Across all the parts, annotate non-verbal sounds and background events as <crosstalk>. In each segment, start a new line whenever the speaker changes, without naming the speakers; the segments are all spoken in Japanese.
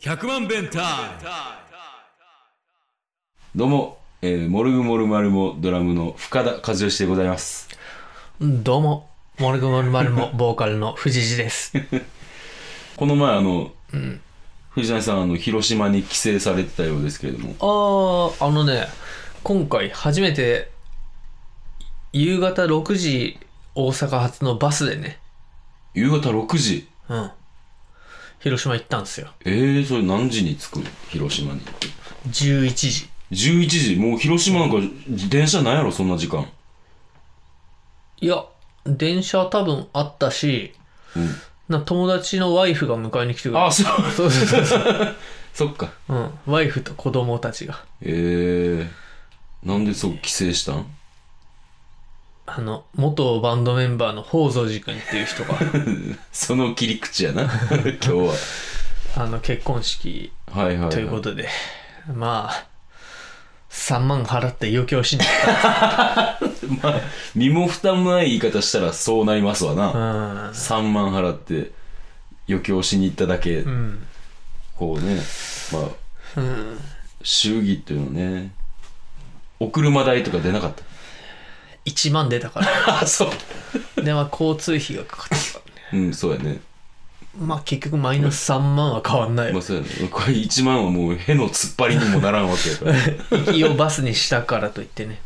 100万弁タイム
どうも、えーモルグモルマルモドラムの深田和義でございます。
どうも、モルグモルマルモ、ボーカルの藤次 <laughs> です。
この前、あの、藤谷さん、あの、広島に帰省されてたようですけれども、
あー、あのね、今回初めて、夕方6時、大阪発のバスでね、
夕方6時。
うん。広島行ったんですよ。
えー、それ何時に着くの広島に。
11時。
11時、もう広島なんか、電車なんやろ、そんな時間。
いや、電車多分あったし、
うん
な友達のワイフが迎えに来てくれた。
あ、そう、 <laughs>
そうそうそうそう。
そっか。
うん。ワイフと子供たちが、
えー、なんでそう、帰省したん
あの、元バンドメンバーの宝蔵寺君っていう <laughs> 人が、
その切り口やな、 <laughs> 今日は。
あの、結婚式
はいはい、はい。
ということで、まあ、3万払って余興しに行っ
まあ、身も蓋もない言い方したらそうなりますわな。
た。
3万払って余興しに行っただけ、
うん。うん。
こうねまあ
うん、
祝儀っていうのねお車代とか出なかっ
1万出たから。
た <laughs> あそう
で、まあ、交通費がかかってたからね。
うんそうやね
まあ、結局マイナス3万は変わんな
ま
い
あ
よ。
そうやねこれ1万はもうへの突っ張りにもならんわけやから
行きをバスにしたからといってね。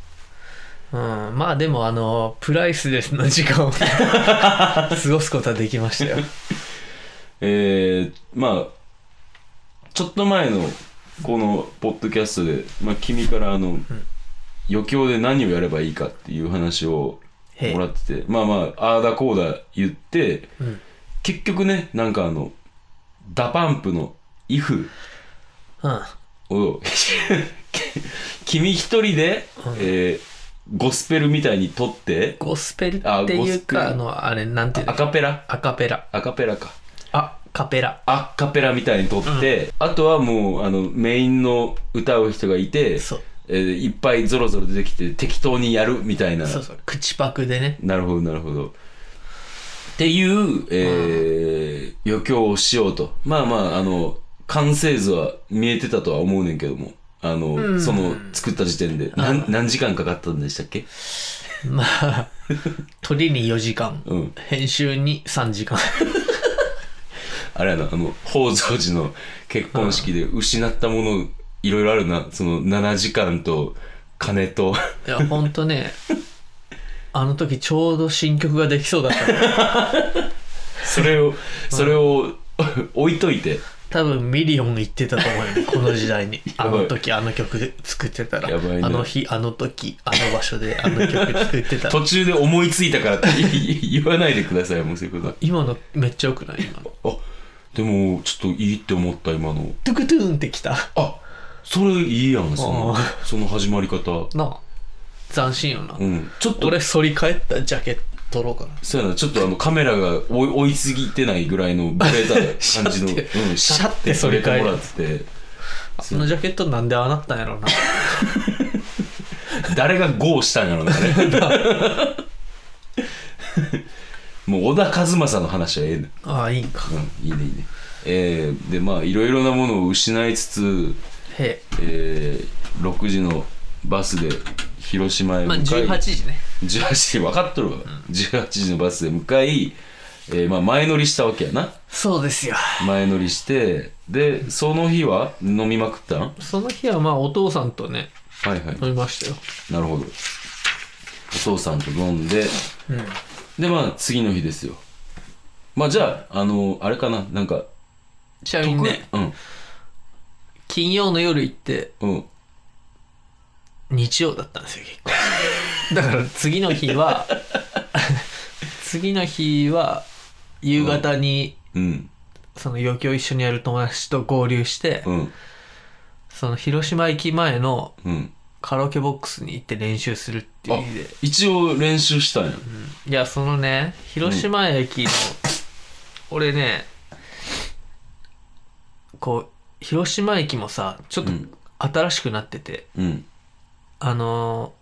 うん、まあでもあのプライスレスの時間を
<laughs>
過ごすことはできましたよ
えー、まあちょっと前のこのポッドキャストで、まあ、君からあの、余興で何をやればいいかっていう話を
へえ
もらっててまあまあああだこうだ言って、
うん
結局ねなんかあのダパンプの「IF
うん」
を <laughs> 君一人で、えーゴスペルみたいに撮って
ゴスペルっ
あ
て
ゴ
い
ス
う
ペル
かあのあれなんていう
ア
の
カペラ
アカペラ
アカペラか
あカペラ
アカペラみたいに撮って、あとはもうあのメインの歌う人がいて、
そう
えーいっぱいゾロゾロ出てきて適当にやるみたいな
そうそう口パクでね
なるほどなるほどっていう、えー余興をしようとまあまああの完成図は見えてたとは思うねんけどもあの、
ん
その作った時点で何何時間かかったんでしたっけ
まあ、撮りに4時間、
うん
編集に3時間。
あれやなあの宝蔵寺の結婚式で失ったものいろいろあるなその7時間と金と
いや、ほん
<laughs>
とね、あの時ちょうど新曲ができそうだったの。
それをそれを <laughs> 置いといて
多分ミリオン行ってたと思う
<laughs>
よ、ね、この時代に。あ
やばい
の時あの曲作ってたら、
やばいね
あの日、あの時、あの場所であの曲作っ
<laughs>
てたら。
途中で思いついたからって <laughs> 言わないでくださいもうそういうことは
今のめっちゃ良くない今の。
あでもちょっといいって思った今の
トゥクトゥーンってきた。
あそれいいやんその
あ
その始まり方
なあ斬新よな。
うんちょっと
俺、反り返ったジャケット撮ろうかな。
そうやなちょっとあのカメラが追い追いすぎてないぐらいのブレた感
<laughs>
じの
シャッて
うん、
シャッて
それてもらっ
反
て
そのジャケットなんでああなったんやろうな。
誰がゴーしたんやろなあれ
<laughs>
もう小田和正の話はええね
ああ、いいんか。
うんいいねいいねえー、でまあいろいろなものを失いつつ、
へ
えー、6時のバスで広島へ
え。
向
ま
か
あ、
い、
18時ね。
18時分かっとるわ、18時のバスで向かい、えーまあ、前乗りしたわけやな
そうですよ。
前乗りしてでその日は飲みまくったんは
その日はまあお父さんとね、
いはい
飲みましたよ。
なるほどお父さんと飲んで
うん。
でまあ次の日ですよまあじゃああのあれかななんか
ちなみにね、
うん
金曜の夜行って、
うん
日曜だったんですよ、結構。 <laughs> だから次の日は、 <laughs> 次の日は、夕方に、
うん
その余興一緒にやる友達と合流して、
うん
その広島駅前の
うん
カラオケボックスに行って練習するっていう
あ
意味で。
一応練習したんや、
いや、そのね、広島駅の、俺ね、こう、広島駅もさ、ちょっと
うん
新しくなってて、
うん
あの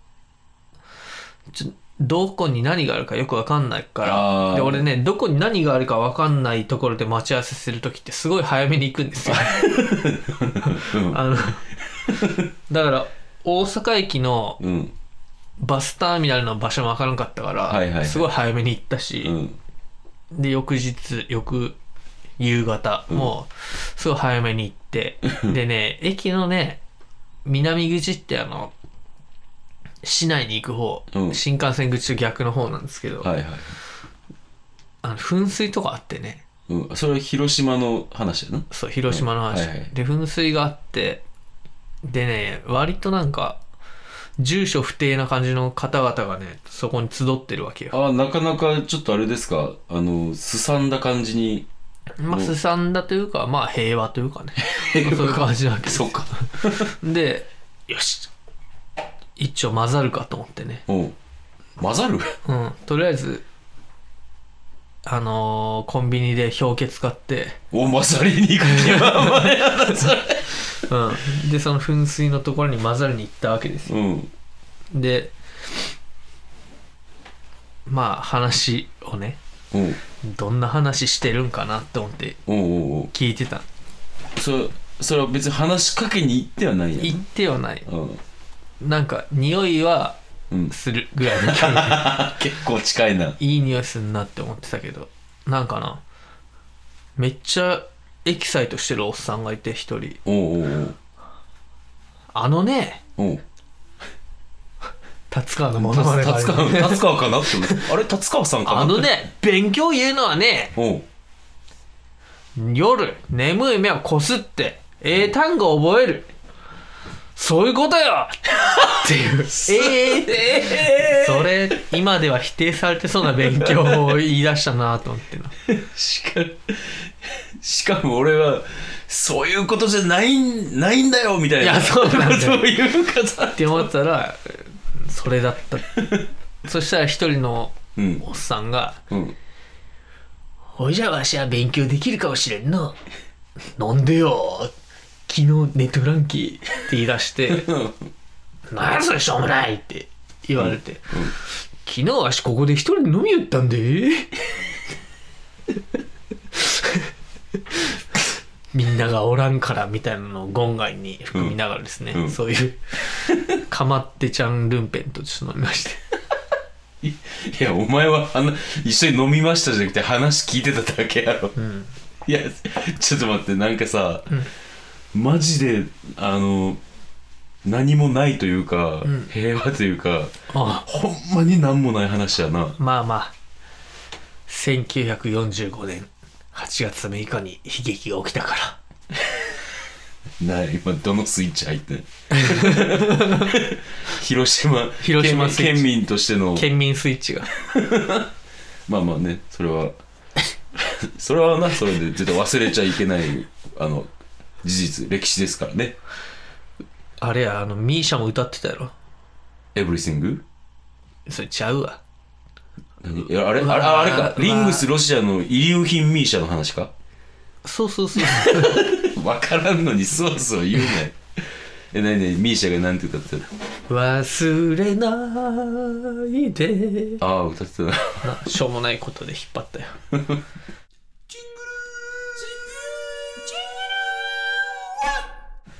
ーちょ、どこに何があるかよくわかんないか
あー
らで俺ねどこに何があるかわかんないところで待ち合わせする時ってすごい早めに行くんです
<laughs>
よ
うん
あのだから大阪駅の
うん
バスターミナルの場所もわからんかったから、
はいはいはい
すごい早めに行った
う
し、
ん
で翌日翌夕方もうすごい早めに
<laughs>
行って、でね駅のね南口ってあの市内に行く方、
うん
新幹線口と逆の方なんですけど、
はいはい
あの噴水とかあってね
うんそれは広島の話やな
そう広島の話、
はいはい
で噴水があってでね割となんか住所不定な感じの方々がねそこに集ってるわけよ
あなかなかちょっとあれですかあのすさんだ感じに
まあすさんだというかまあ平和というかねそういう感じなわけです
そっか
<laughs> でよし一丁混ざるかと思ってね
うん混ざる
うんとりあえずあのーコンビニで氷結買って、
お混ざり <laughs> に行く気はまやだそれ
うん、でその噴水のところに混ざりに行ったわけですよ
うん
でまあ話をね
うん
どんな話してるんかなって思って
おうんうんうん
聞いてた
そそれは別に話しかけに行ってはないやん
言ってはない
うん
なんか匂いは
うん、
するぐらいの距離
結構近いない
い匂いすんなって思ってたけどなんかなめっちゃエキサイトしてるおっさんがいて一人
おうおう
あのね
おうおう
達川のものまねがあ
達
る
川達川かなって思ったあれ達川さんかな
あのね勉強言うのはね
おう
夜眠い目をこすって英単語を覚えるそういうことよっていうええ
え
それ今では否定されてそうな勉強を言い出したなと思ってな
ー、しかしかも俺はそういうことじゃないんないんだよみたいない
やそうなんだよ
そういう方
って思ったらそれだったそしたら一人の
うん
おっさんが
うん
「おいじゃわしは勉強できるかもしれんの <laughs> なんでよ昨日ネットフランキー」って言い出 <laughs> して
うん
「何やそれしょうもない」って言われて「昨日わしここで一人で飲み寄ったん <laughs> で」みんながおらんからみたいなのをゴンガイに含みながらですね、
うんうん
そういうかまってちゃんルンペンとちょっと飲みま <laughs> して
いやお前はあの一緒に飲みましたじゃなくて話聞いてただけやろ、
ん
いやちょっと待ってなんかさ、マジであの何もないというか、平和というか
あ
ほんまに何もない話やな
あまあまあ1945年8月6日に悲劇が起きたから
な今どのスイッチ入ってん
<laughs>
広島
広島スイッ
県
チ
民県民としての
県民スイッチが
まあまあねそれは <laughs> それはなそれで絶対忘れちゃいけないあの事実歴史ですからね
あれやあのミーシャも歌ってたやろ
エブリシング
それちゃうわ
何いやあれあ
う
れ
わ
ああれか
うわ
リングスロシアの遺留品ミーシャの話か
そうそうそう
分からんのにそうそう言うなよえ何何ミーシャがなんて歌ってた
<laughs> 忘れないで
ああ歌ってた
<laughs>
な
なしょうもないことで引っ張ったよ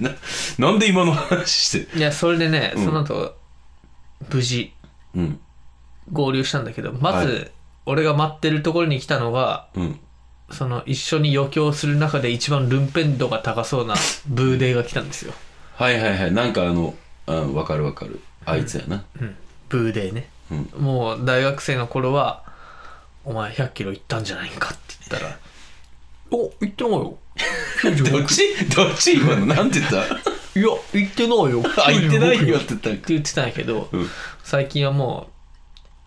ななんで今の話して
いやそれでね、その後無事
うん
合流したんだけどまず、
は
俺が待ってるところに来たのが
うん
その一緒に余興する中で一番ルンペン度が高そうなブーデーが来たんですよ、
はいはいはいなんかあのうん分かる分かるあいつやな
うん、ブーデーね、
うん
もう大学生の頃は「お前1 0 0キロ行ったんじゃないか」って言ったら「お行ってないよ」
どっちどっち今のなんて言った <laughs>
いや行ってない <laughs> よ
あ言ってないよ
っ
って言ったんか
て言ってたんやけど、
うん
最近はも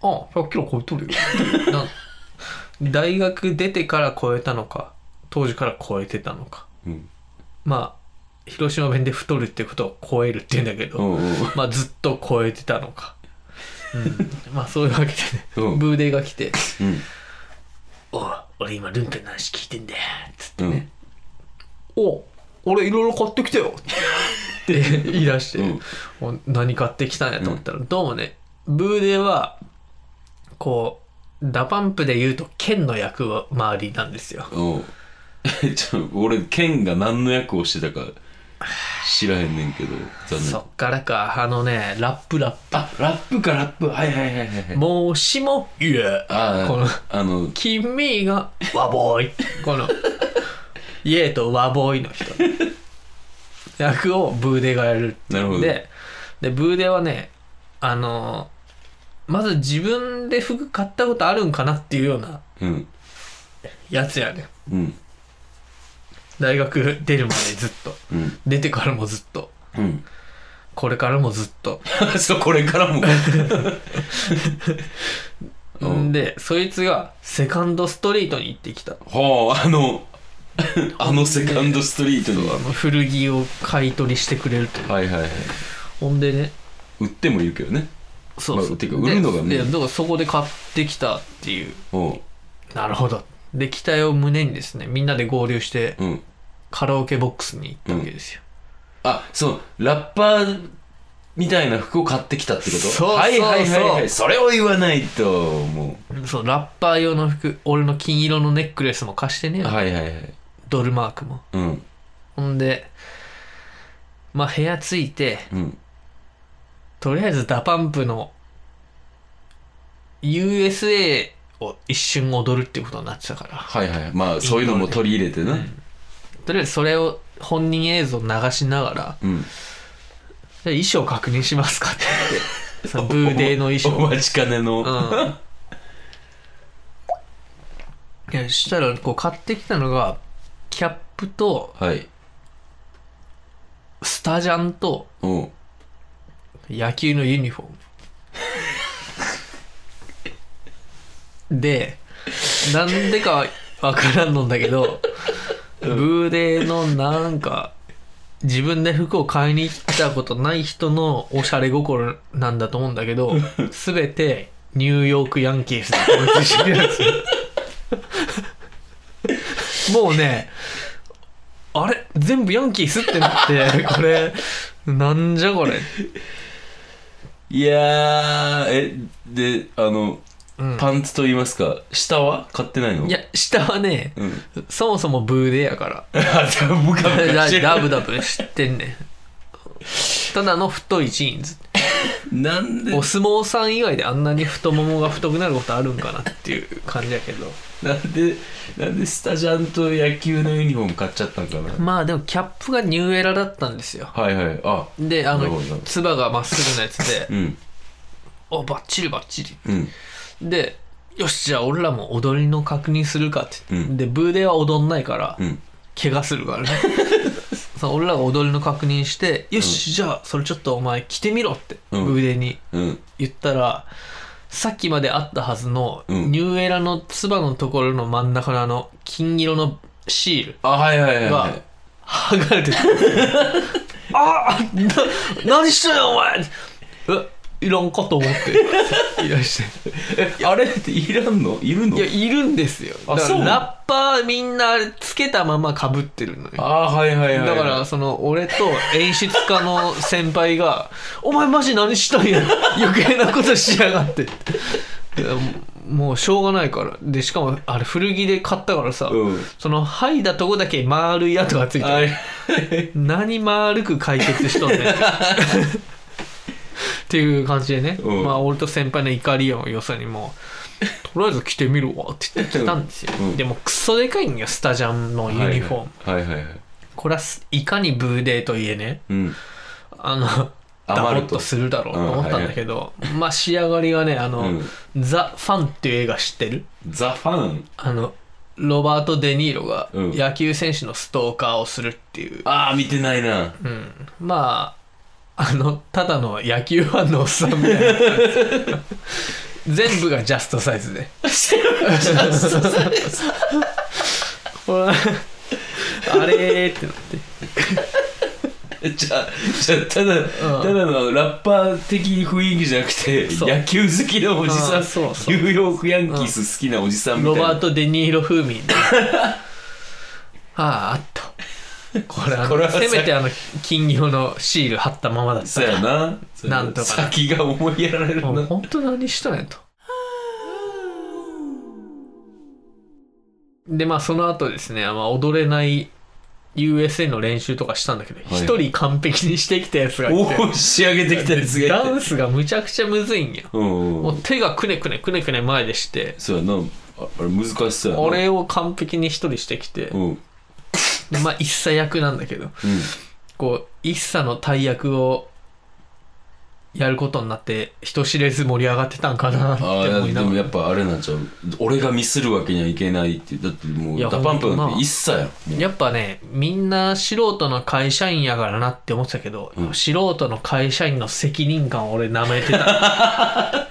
う「あ100キロ超えとるよ」 <laughs> な大学出てから超えたのか当時から超えてたのか
うん
まあ広島弁で太るってことを超えるって言うんだけど、
おう
まあずっと超えてたのか、うん、まあそういうわけでね、
うん
ブーデーが来て
おううん
「おい俺今ルンペンの話聞いてんだよ」つって
う
ね、
ん
お俺いろいろ買ってき <laughs> たよって言い出して、
うん
お何買ってきたんやと思ったら、どうもねブーデーはこう、ダパンプで言うと、剣の役回りなんですよ。
うん。 <laughs> えちょ、俺、ケンが何の役をしてたか知らへんねんけど、残念。
そっからか、あのね、ラップラップ。
あ、ラップか、ラップ。はいはいはいはいはい。
もしも、いえ、
あ
この
あ、あの、
君が、ワボーイ。この、イエーとワボーイの人。役をブーデがやるっていう
な
んで、で、ブーデはね、あの、まず自分で服買ったことあるんかなっていうような
うん、
やつやね。
うん、
大学出るまでずっと。
うん、
出てからもずっと。
うん。 <laughs>
これからもずっと。
そう、これから <laughs> も。うん
んで、そいつがセカンドストリートに行ってきた。
はあ、あの、 <laughs> あのセカンドストリートに。
あの古着を買い取りしてくれるという。
はいはいはい。
ほんでね、
売ってもいるけどね。
そうそう。
まあてか売るのがね
ででだからそこで買ってきたっていう。
おう、
なるほど。で、期待を胸にですね、みんなで合流して
うん。
カラオケボックスに行ったわけですよ。
あ、そう、ラッパーみたいな服を買ってきたってこと
そうそうそう
はいはいはいはい。それを言わないと、も
そう、ラッパー用の服、俺の金色のネックレスも貸してね
う。、はいはいはい。
ドルマークも。
うん、
ほんで、まあ部屋着いて、
うん、
とりあえずダパンプの USA を一瞬踊るっていうことになってたから、
はいはい。まあ、そういうのも取り入れてな。
とりあえずそれを本人映像流しながら、
うん。
じゃあ衣装確認しますかって言って、 <laughs> そのブーデーの衣
お
装。
待ちかねの。
うん。いや、したら、こう買ってきたのが、キャップと、
はい。
スタジャンと、
おう
野球のユニフォーム。で、なんでかわからんのんだけど、ブーデーのなんか、自分で服を買いに来たことない人のおしゃれ心なんだと思うんだけど、すべてニューヨークヤンキースで統一してるんですよ。もうね、あれ全部ヤンキースってなって、これ、なんじゃこれ
いやー、え、で、あの、
うん
パンツと言いますか、下は買ってないの
いや、下はね、
うん。 <laughs>
そもそもブーデーやから。
あ、じゃあ、ムカムカしてる
ダブダブ知ってんねん。ただの太いジーンズ。
なんで
お、相撲さん以外であんなに太ももが太くなることあるんかなっていう感じやけど。
なんで、なんでスタジャンと野球のユニフォーム買っちゃったんかな。
まあでもキャップがニューエラだったんですよ。
はいはい。あ、
で、あ
なるほど
の
なるほ、ど
つばがまっすぐなやつで
<laughs> う、ん、
お、バッチリバッチリ。
うん、
で、よし、じゃあ俺らも踊りの確認するかって。
うん
で、ブーデーは踊んないから、
うん。
怪我するからね <laughs> そう俺らが踊りの確認して「よし、じゃあそれちょっとお前着てみろ」って、
うん
ブーデに
うん、
言ったらさっきまであったはずの、
うん
ニューエラのつばのところの真ん中のあの金色のシール
あ、はいはいはい、は
が剥がれて <laughs> たああな何してんのお前えいらんかと思っていらっしゃる
い。あれっていらんのいるの
いやいるんですよだ
あ
か
そうな
ら
の
ラッパーみんなつけたままかぶってるのよ
あ、はいはいはい。
だから、その、俺と演出家の先輩が、 <laughs> お前マジ何したんや
<laughs>
余計なことしやがってって。でももうしょうがないから。で、しかも、あれ古着で買ったからさ、
うん。
その、剥いだとこだけ丸い跡がついて
あ
る。
れ、
何丸く解決しとん
<laughs>
ねん。っていう感じでね、
うん
まあ俺と先輩の怒りをよさにもうとりあえず着てみるわって言って着たんですよ、
うん
でもクソでかいんよスタジャンのユニフォーム、
はいはいはい。
これはすいかにブーデーといえね
うん。
あのダボ
余
っ
る
と
と。
するだろうと思ったんだけど、まあ仕上がりがねあの、ザ・ファンっていう映画知ってる
ザ・ファン。
あのロバート・デ・ニーロが
うん
野球選手のストーカーをするっていう、
ああ、見てないな。
うんまああのただの野球ファンのおっさんみたいな全部がジャストサイズで <laughs> ほらあれーってなって
じゃあ、じゃあただ、
ん
ただのラッパー的雰囲気じゃなくて、
そう
野球好きなおじさん
あーそうそう
ニューヨークヤンキース好きなおじさんみた
ロ
いな。
バート・デ・ニーロ風
<laughs>
味であああったこれあの
これはさ
せめてあの金魚のシール貼ったままだった
そうやな。
なんとかな
先が思いやられる
もう
な。
本当何したんやとで、まあその後ですね、まあ踊れない USA の練習とかしたんだけど、
いはい
一、人完璧にしてきたやつがい
おお仕上げてきたやつ
て、
がい
ダ
て
ンスがむちゃくちゃむずいんや。
うんう
も
ん
う手がくねくねくねくね前でして、
そうやなああれ難しそうやな
あれを完璧に一人してきて
う、んうん
でまあ一茶役なんだけど、こう、一茶の大役をやることになって、人知れず盛り上がってたんかなって
ああ
思い
で
な
も
が
や
ら。
っぱあれなんちゃう俺がミスるわけにはいけないってだってもう
いや
ダパンプなん
ほんま
て一切やんもう
やっぱね、みんな素人の会社員やからなって思ってたけど、
うん
素人の会社員の責任感を俺舐めてた。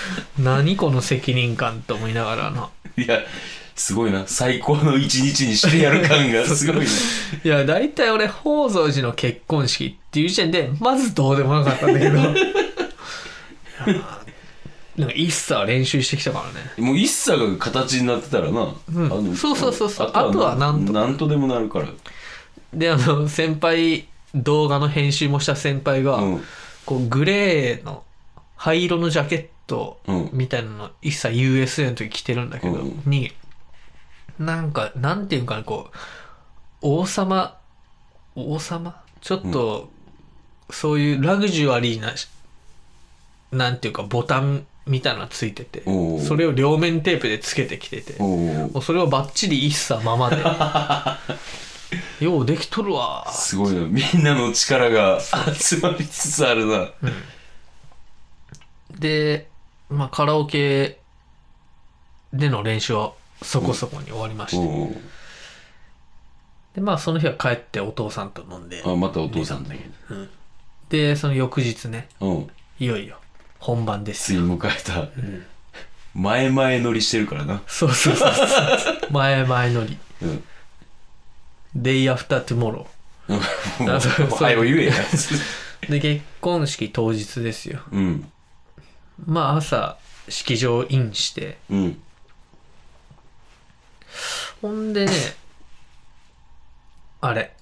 <laughs> 何この責任感って思いながらな。
いやすごいな最高の一日にしてやる感が
<laughs>
すごいね
いや、だいたい俺、宝蔵寺の結婚式っていう時点で、まずどうでもなかったんだけど。いやなんか一茶は練習してきたからね。
もう一切が形になってたらな、
ん
あの
そうそうそうそうあとは
な
なんと
なんとでもなるから
で、あの、先輩、動画の編集もした先輩が、
うん
こう、グレーの灰色のジャケット
うん
みたいなの、一切 USA の時着てるんだけど、
うん
に、なんか、なんていうかな、こう、王様、王様ちょっと、そういうラグジュアリーな、なんていうか、ボタンみたいなのついてて
おう、
それを両面テープでつけてきてて、
おう
もうそれをバッチリ一切ままで。
<laughs>
ようできとるわ。
すごいなみんなの力が集まりつつあるな
で、まあ、カラオケでの練習はそこそこに終わりまして、
おう
で、まあ、その日は帰ってお父さんと飲んで、
あまたお父さんだけ
で、その翌日ね、
どうん
いよいよ本番です
つい
よ。
迎えた、前々乗りしてるからな
そうそうそ
<laughs>
うそう。前々乗り。
うん
day after tomorrow。
もう
あそうそう
早う言えや
で、結婚式当日ですよ。
うん
まあ、朝、式場インして、
うん
ほんでね、あれ、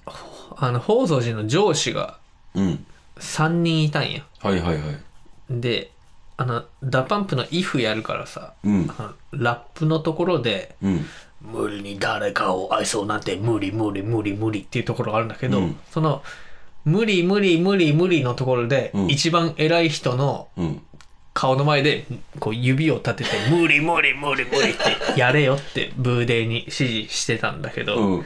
あの、宝蔵寺の上司が
うん
3人いたんや。
はいはいはい
であのダパンプの「if」やるからさ
うん
あのラップのところで
うん
「無理に誰かを愛そうなんて無理無理無理無理」っていうところがあるんだけど、
うん
その「無理無理無理無理」のところで、
うん
一番偉い人の
うん
顔の前でこう指を立てて「無理無理無理無理」ってやれよってブーデーに指示してたんだけど、
うん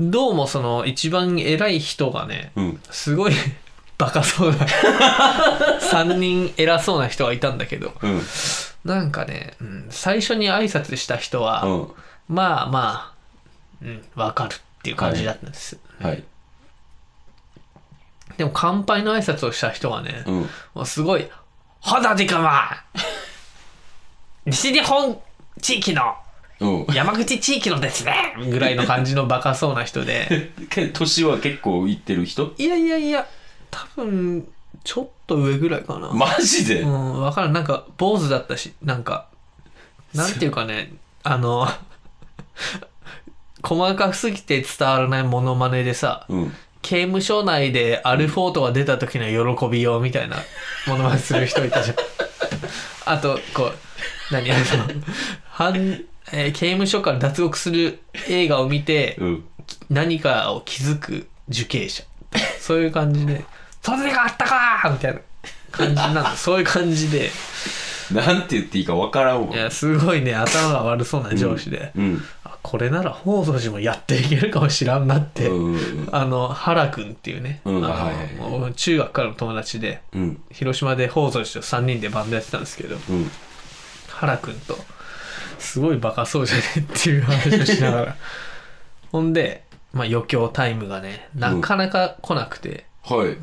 どうもその一番偉い人がね、
うん
すごい <laughs> バカそうな
<laughs>
3人偉そうな人がいたんだけど
うん
なんかね、うん、最初に挨拶した人は、
うん
まあまあ、うん、わかるっていう感じだったんです。
はい
でも乾杯の挨拶をした人はね、
うん
もうすごい、ほだでかま西日本地域の、
うん
山口地域のですねぐらいの感じのバカそうな人で、
け年は結構いってる人
いやいやいや、多分、ちょっと上ぐらいかな。
マジで、
うん、わからん。なんか、坊主だったし、なんか、なんていうかね、あの、 <laughs> 細かすぎて伝わらないモノマネでさ、
うん
刑務所内でアルフォートが出た時の喜びようみたいなモノマネする人い
<laughs>
たじゃん。あと、こう、何あの、犯えー刑務所から脱獄する映画を見て、
うん
何かを気づく受刑者。そういう感じで、それがあったかーみたいな感じなん
<laughs>
だ。そういう感じで。
なんて言っていいかわからんわ
いや、すごいね、頭が悪そうな上司で、
うん
あこれなら宝蔵寺もやっていけるかもしらんなって、
うんうん
あの、原くんっていうね、
うん
あの
はいはいはい
もう中学からの友達で、
うん
広島で宝蔵寺と3人でバンドやってたんですけど、
うん
原くんと、すごいバカそうじゃねっていう話をしなが
<laughs>
ら。ほんで、まあ余興タイムがね、なかなか来なくて、
はい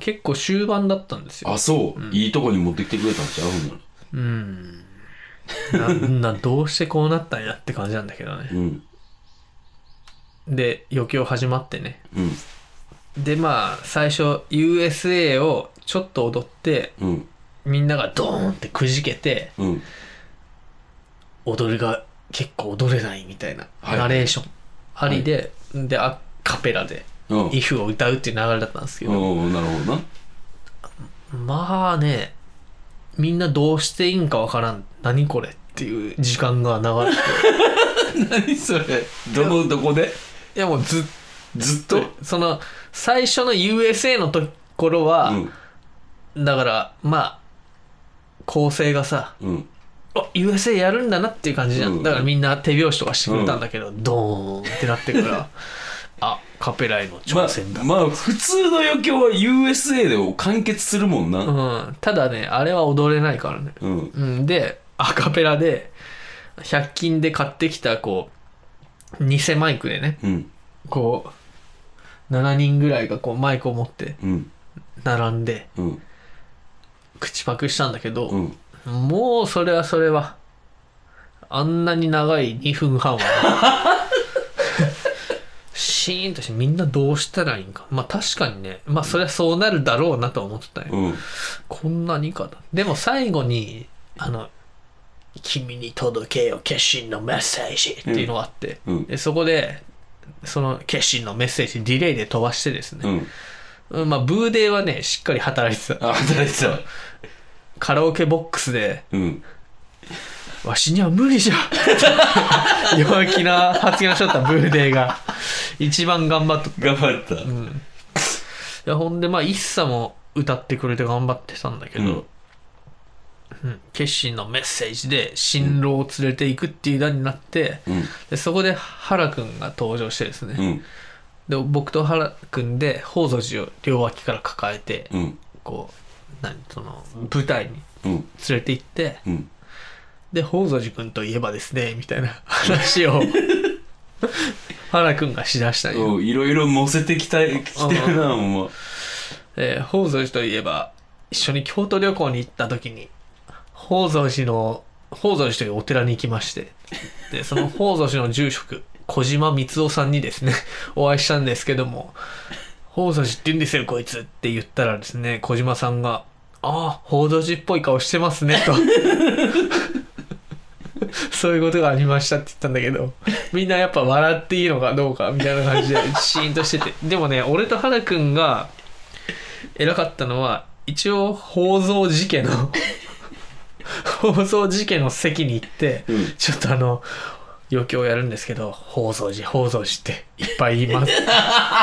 結構終盤だったんですよ。
あそう、いいとこに持ってきてくれたんちゃうほんなら
うん。なんな、どうしてこうなったんやって感じなんだけどね。
うん
で余興始まってね
うん
でまあ最初 USA をちょっと踊って
うん
みんながドーンってくじけて
うん
踊りが結構踊れないみたいな、
はい
ナレーションありで、でアカペラで
うん
「IF」を歌うっていう流れだったんですけど、
うんなるほどな
まあねみんなどうしていいんかわからん何これっていう時間が流れて
何それどのどこで
<laughs> いやもうずっ
ずっと
と、その、最初の USA のところは、
うん
だから、まあ、構成がさ、
うん
あ USA やるんだなっていう感じじゃん、
うん
だからみんな手拍子とかしてくれたんだけど、ドーンってなってから <laughs> あカペラへの
ま
挑戦だ、
あまあ普通の余興は USA で完結するもんな
うん、ただねあれは踊れないからね、
うん
うん、でアカペラで100均で買ってきたこう偽マイクでね
うん
こう7人ぐらいがこうマイクを持って
うん
並んで
うん
口パクしたんだけど、
うん
もうそれはそれは。あんなに長い2分半は。 <laughs> シーンとしてみんなどうしたらいいんか。まあ確かにね、まあそりゃそうなるだろうなとは思ってたよ。
うん
こんなにかな。でも最後に、あの、君に届けよ決心のメッセージっていうのがあって、
うん
でそこで、その決心のメッセージディレイで飛ばしてです
う
ね、
ん
うん、まあブーデーはね、しっかり働いてた。
あ働いてた
カラオケボックスで、
うん
わしには無理じゃ <laughs> 弱気な発言をしとったブーデーが一番頑張っとっ
頑張った
た、うん、いやほんでまあイッサも歌ってくれて頑張ってたんだけど、うん決心のメッセージで新郎を連れていくっていう段になって、
うん
でそこで原くんが登場してですね、
うん
で僕と原くんで宝蔵寺を両脇から抱えて、
うん
こう何その舞台に
うん
連れて行って、
うん
で、宝蔵寺君といえばですね、みたいな
<laughs>
話を、原君がしだしたり、
おいろいろ乗せてきたきてるなお前
えー宝蔵寺といえば、一緒に京都旅行に行った時に、宝蔵寺の、宝蔵寺というお寺に行きまして、で、その宝蔵寺の住職、小島光夫さんにですね、 <laughs> お会いしたんですけども、宝蔵寺って言うんですよ、こいつって言ったらですね、小島さんが、ああ、宝蔵寺っぽい顔してますね、と。 <laughs> そういうことがありましたって言ったんだ
<laughs>
けど、みんなやっぱ笑っていいのかどうかみたいな感じでシーンとしてて。でもね、俺と原くんが偉かったのは、一応、宝蔵寺家の、
<laughs>
宝蔵寺家の席に行って、
うん
ちょっとあの、余興やるんですけど、宝蔵寺、宝蔵寺っていっぱい言います。
<laughs>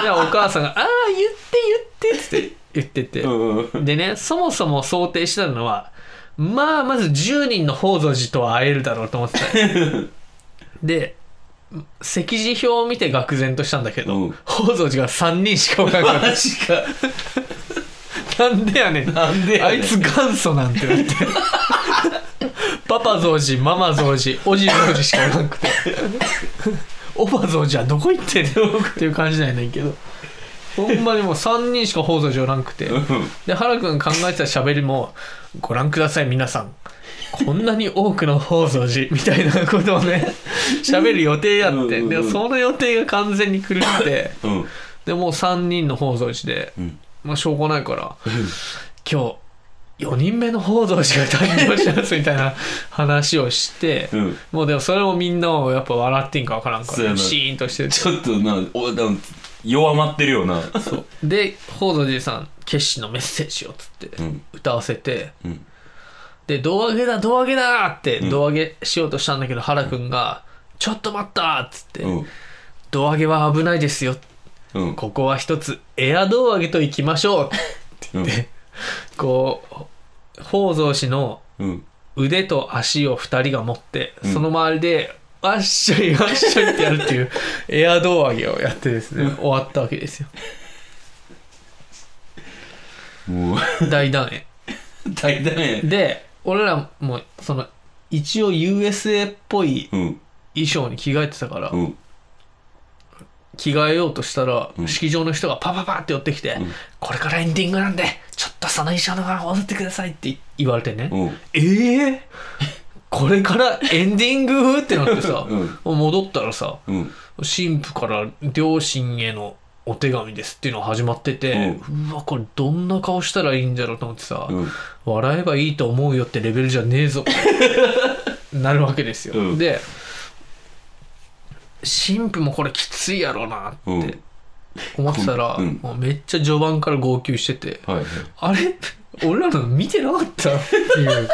で、お母さんが、ああ、言って言ってって言ってて。
うん
でね、そもそも想定してたのは、まあ、まず10人の宝蔵寺とは会えるだろうと
<laughs>
思ってた。で、席次表を見て愕然としたんだけど、
うん
宝蔵寺が3人しかおらんか
マジか
った。なんでやねん。
なんでや
あ
ねん
いつ元祖なんてなって。パパ蔵寺、ママ蔵寺、おじ蔵寺しかおらんくて。おば蔵寺はどこ行ってんのっていう感じなんやねんけど。ほんまにもう3人しか宝蔵寺おらんくて。で、原くん考えてた喋りも、ご覧ください、皆さん。こんなに多くの放送時みたいなこと
<laughs>
をね、喋る予定や
うん
っ
うん
て。
うん
でも、その予定が完全に狂って、
うんうん
で、もう3人の放送時で、
うん
まあ、しょうがないから、今日、4人目の放送時が誕生しますみたいな話をして、
うん
もうでもそれもみんなをやっぱ笑っていいんかわからんか
そうや
ら、
な
シーンとしてて
ちょっとなおだ弱まってるよな
そうで、放送時さん、決心のメッセージをつって
うん
歌わせて、
うん
で、胴上げだ、胴上げだって、
ん
胴上げしようとしたんだけど、原くんが、ちょっと待ったっつって、
うん
胴上げは危ないですよ。
うん
ここは一つ、エア胴上げと行きまし
<laughs>
ょう。
うん
こう、宝蔵氏の
うん
腕と足を二人が持って、
ん
その周りで、わっしょいわっしょいってやるっ
<laughs>
ていう、エア胴上げをやってですね、終わったわけですよ。
もう
大団円。
大だね
で、俺らも、その、一応 USA っぽい
うん
衣装に着替えてたから
う、ん
着替えようとしたら、
うん
式場の人がパパパって寄ってきて、
ん
これからエンディングなんで、ちょっとその衣装の方を踊ってくださいって言われてね、
うん
ええ <laughs> これからエンディングってなってさ、
う
戻ったらさ、
うん
神父から両親へのお手紙ですっていうのが始まってて、うわ、これどんな顔したらいいんだろうと思ってさ、
うん
笑えばいいと思うよってレベルじゃね
<laughs>
えぞなるわけですよ、
うん
で神父もこれきついやろうなって
うん
思ってたら、
うん
もうめっちゃ序盤から号泣してて
はいはい
あれ俺らの見てなかったっていう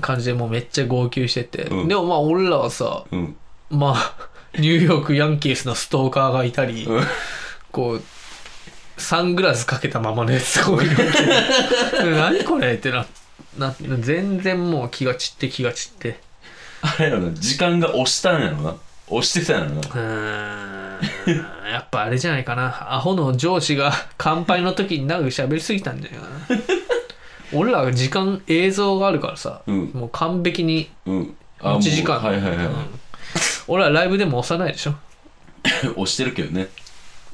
感じでもうめっちゃ号泣してて、
うん
でもまあ俺らはさ
うん
まあ、ニューヨークヤンキースのストーカーがいたり、
うん
こう、サングラスかけたままのやつが多いわ
<laughs>
け何これってな、な、全然もう気が散って気が散って。
あれやろな、時間が押したんやろな。押してたんやろな。
うーん、 <laughs> やっぱあれじゃないかな。アホの上司が乾杯の時に長く喋りすぎたんじ
<laughs>
ゃないかな。俺らは時間、映像があるからさ、
うん
もう完璧に
うん。あ
1時間。
もうはいはいはい。
うん俺らライブでも押さないでしょ。
押してるけどね。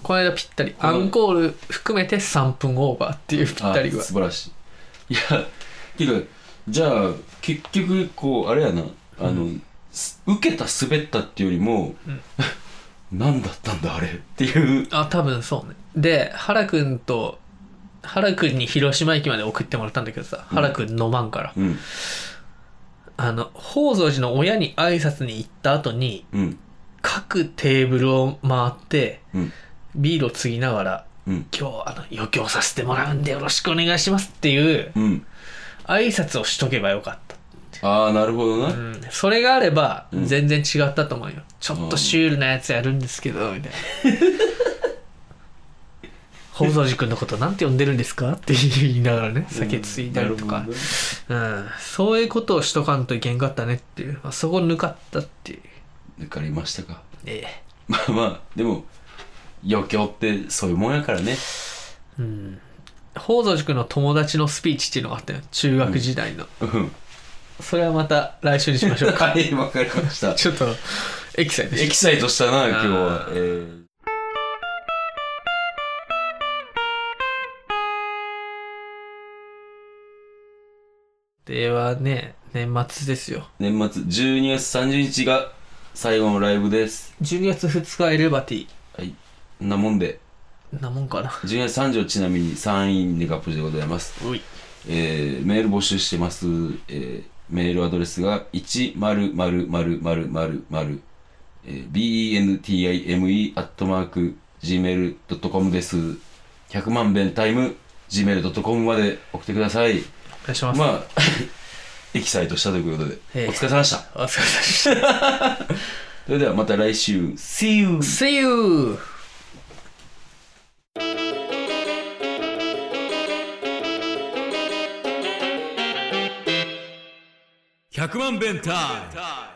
この間ぴったり
の
アンコール含めて3分オーバーっていうぴっ
あ
たり具合
素晴らしい。いや、けど、じゃあ、結局、こう、あれやな、あの、す受けた、滑ったっていうよりも、何だったんだ、あれっていう。
あ多分そうねで原くんと原くんに広島駅まで送ってもらったんだけどさ原くん飲まんから、
うん、
あの宝蔵寺の親に挨拶に行った後に
うん、
各テーブルを回って
うん、
ビールを継ぎながら
うん、
今日あの余興させてもらうんでよろしくお願いしますっていう
うん。
挨拶をしとけばよかった
ああ、なるほどな。
うんそれがあれば
うん
全然違ったと思うよ、ちょっとシュールなやつやるんですけどみたいな <laughs> 「宝蔵寺君のことなんて呼んでるんですか?」って言いながらね酒ついたりと
な
か
る、ほどね
うん、そういうことをしとかんといけんかったねっていう、まあ、そこ抜かったっていう
抜かれましたか。 <laughs>
ええ
まあまあ、でも、余興ってそういうもんやからね。
うん宝蔵寺君の友達のスピーチっていうのがあったよ中学時代の、
うん。
それはまた来週にしましょうか
はい、わかりま
<laughs>
した。
ちょっとエキサイト
エキサイトしたな、今日は
あ。ー
えー
ではね年末ですよ
年末12月30日が最後のライブです。
12月2日エレバティ
はい。こんなもんで、
なもんかな
12月30日ちなみに3位ネガポジでございます。
うい
えー、メール募集してます。えー、メールアドレスが1000000、えー、bentime.gmail.com です。100万遍タイム gmail.com まで送ってください。
お願いします、
まあ、 <laughs> エキサイトしたということで、
ええ
お疲れ様でした。
お疲れ様でした
それではまた来週。See you!
See you!
Hyakuman Bentai.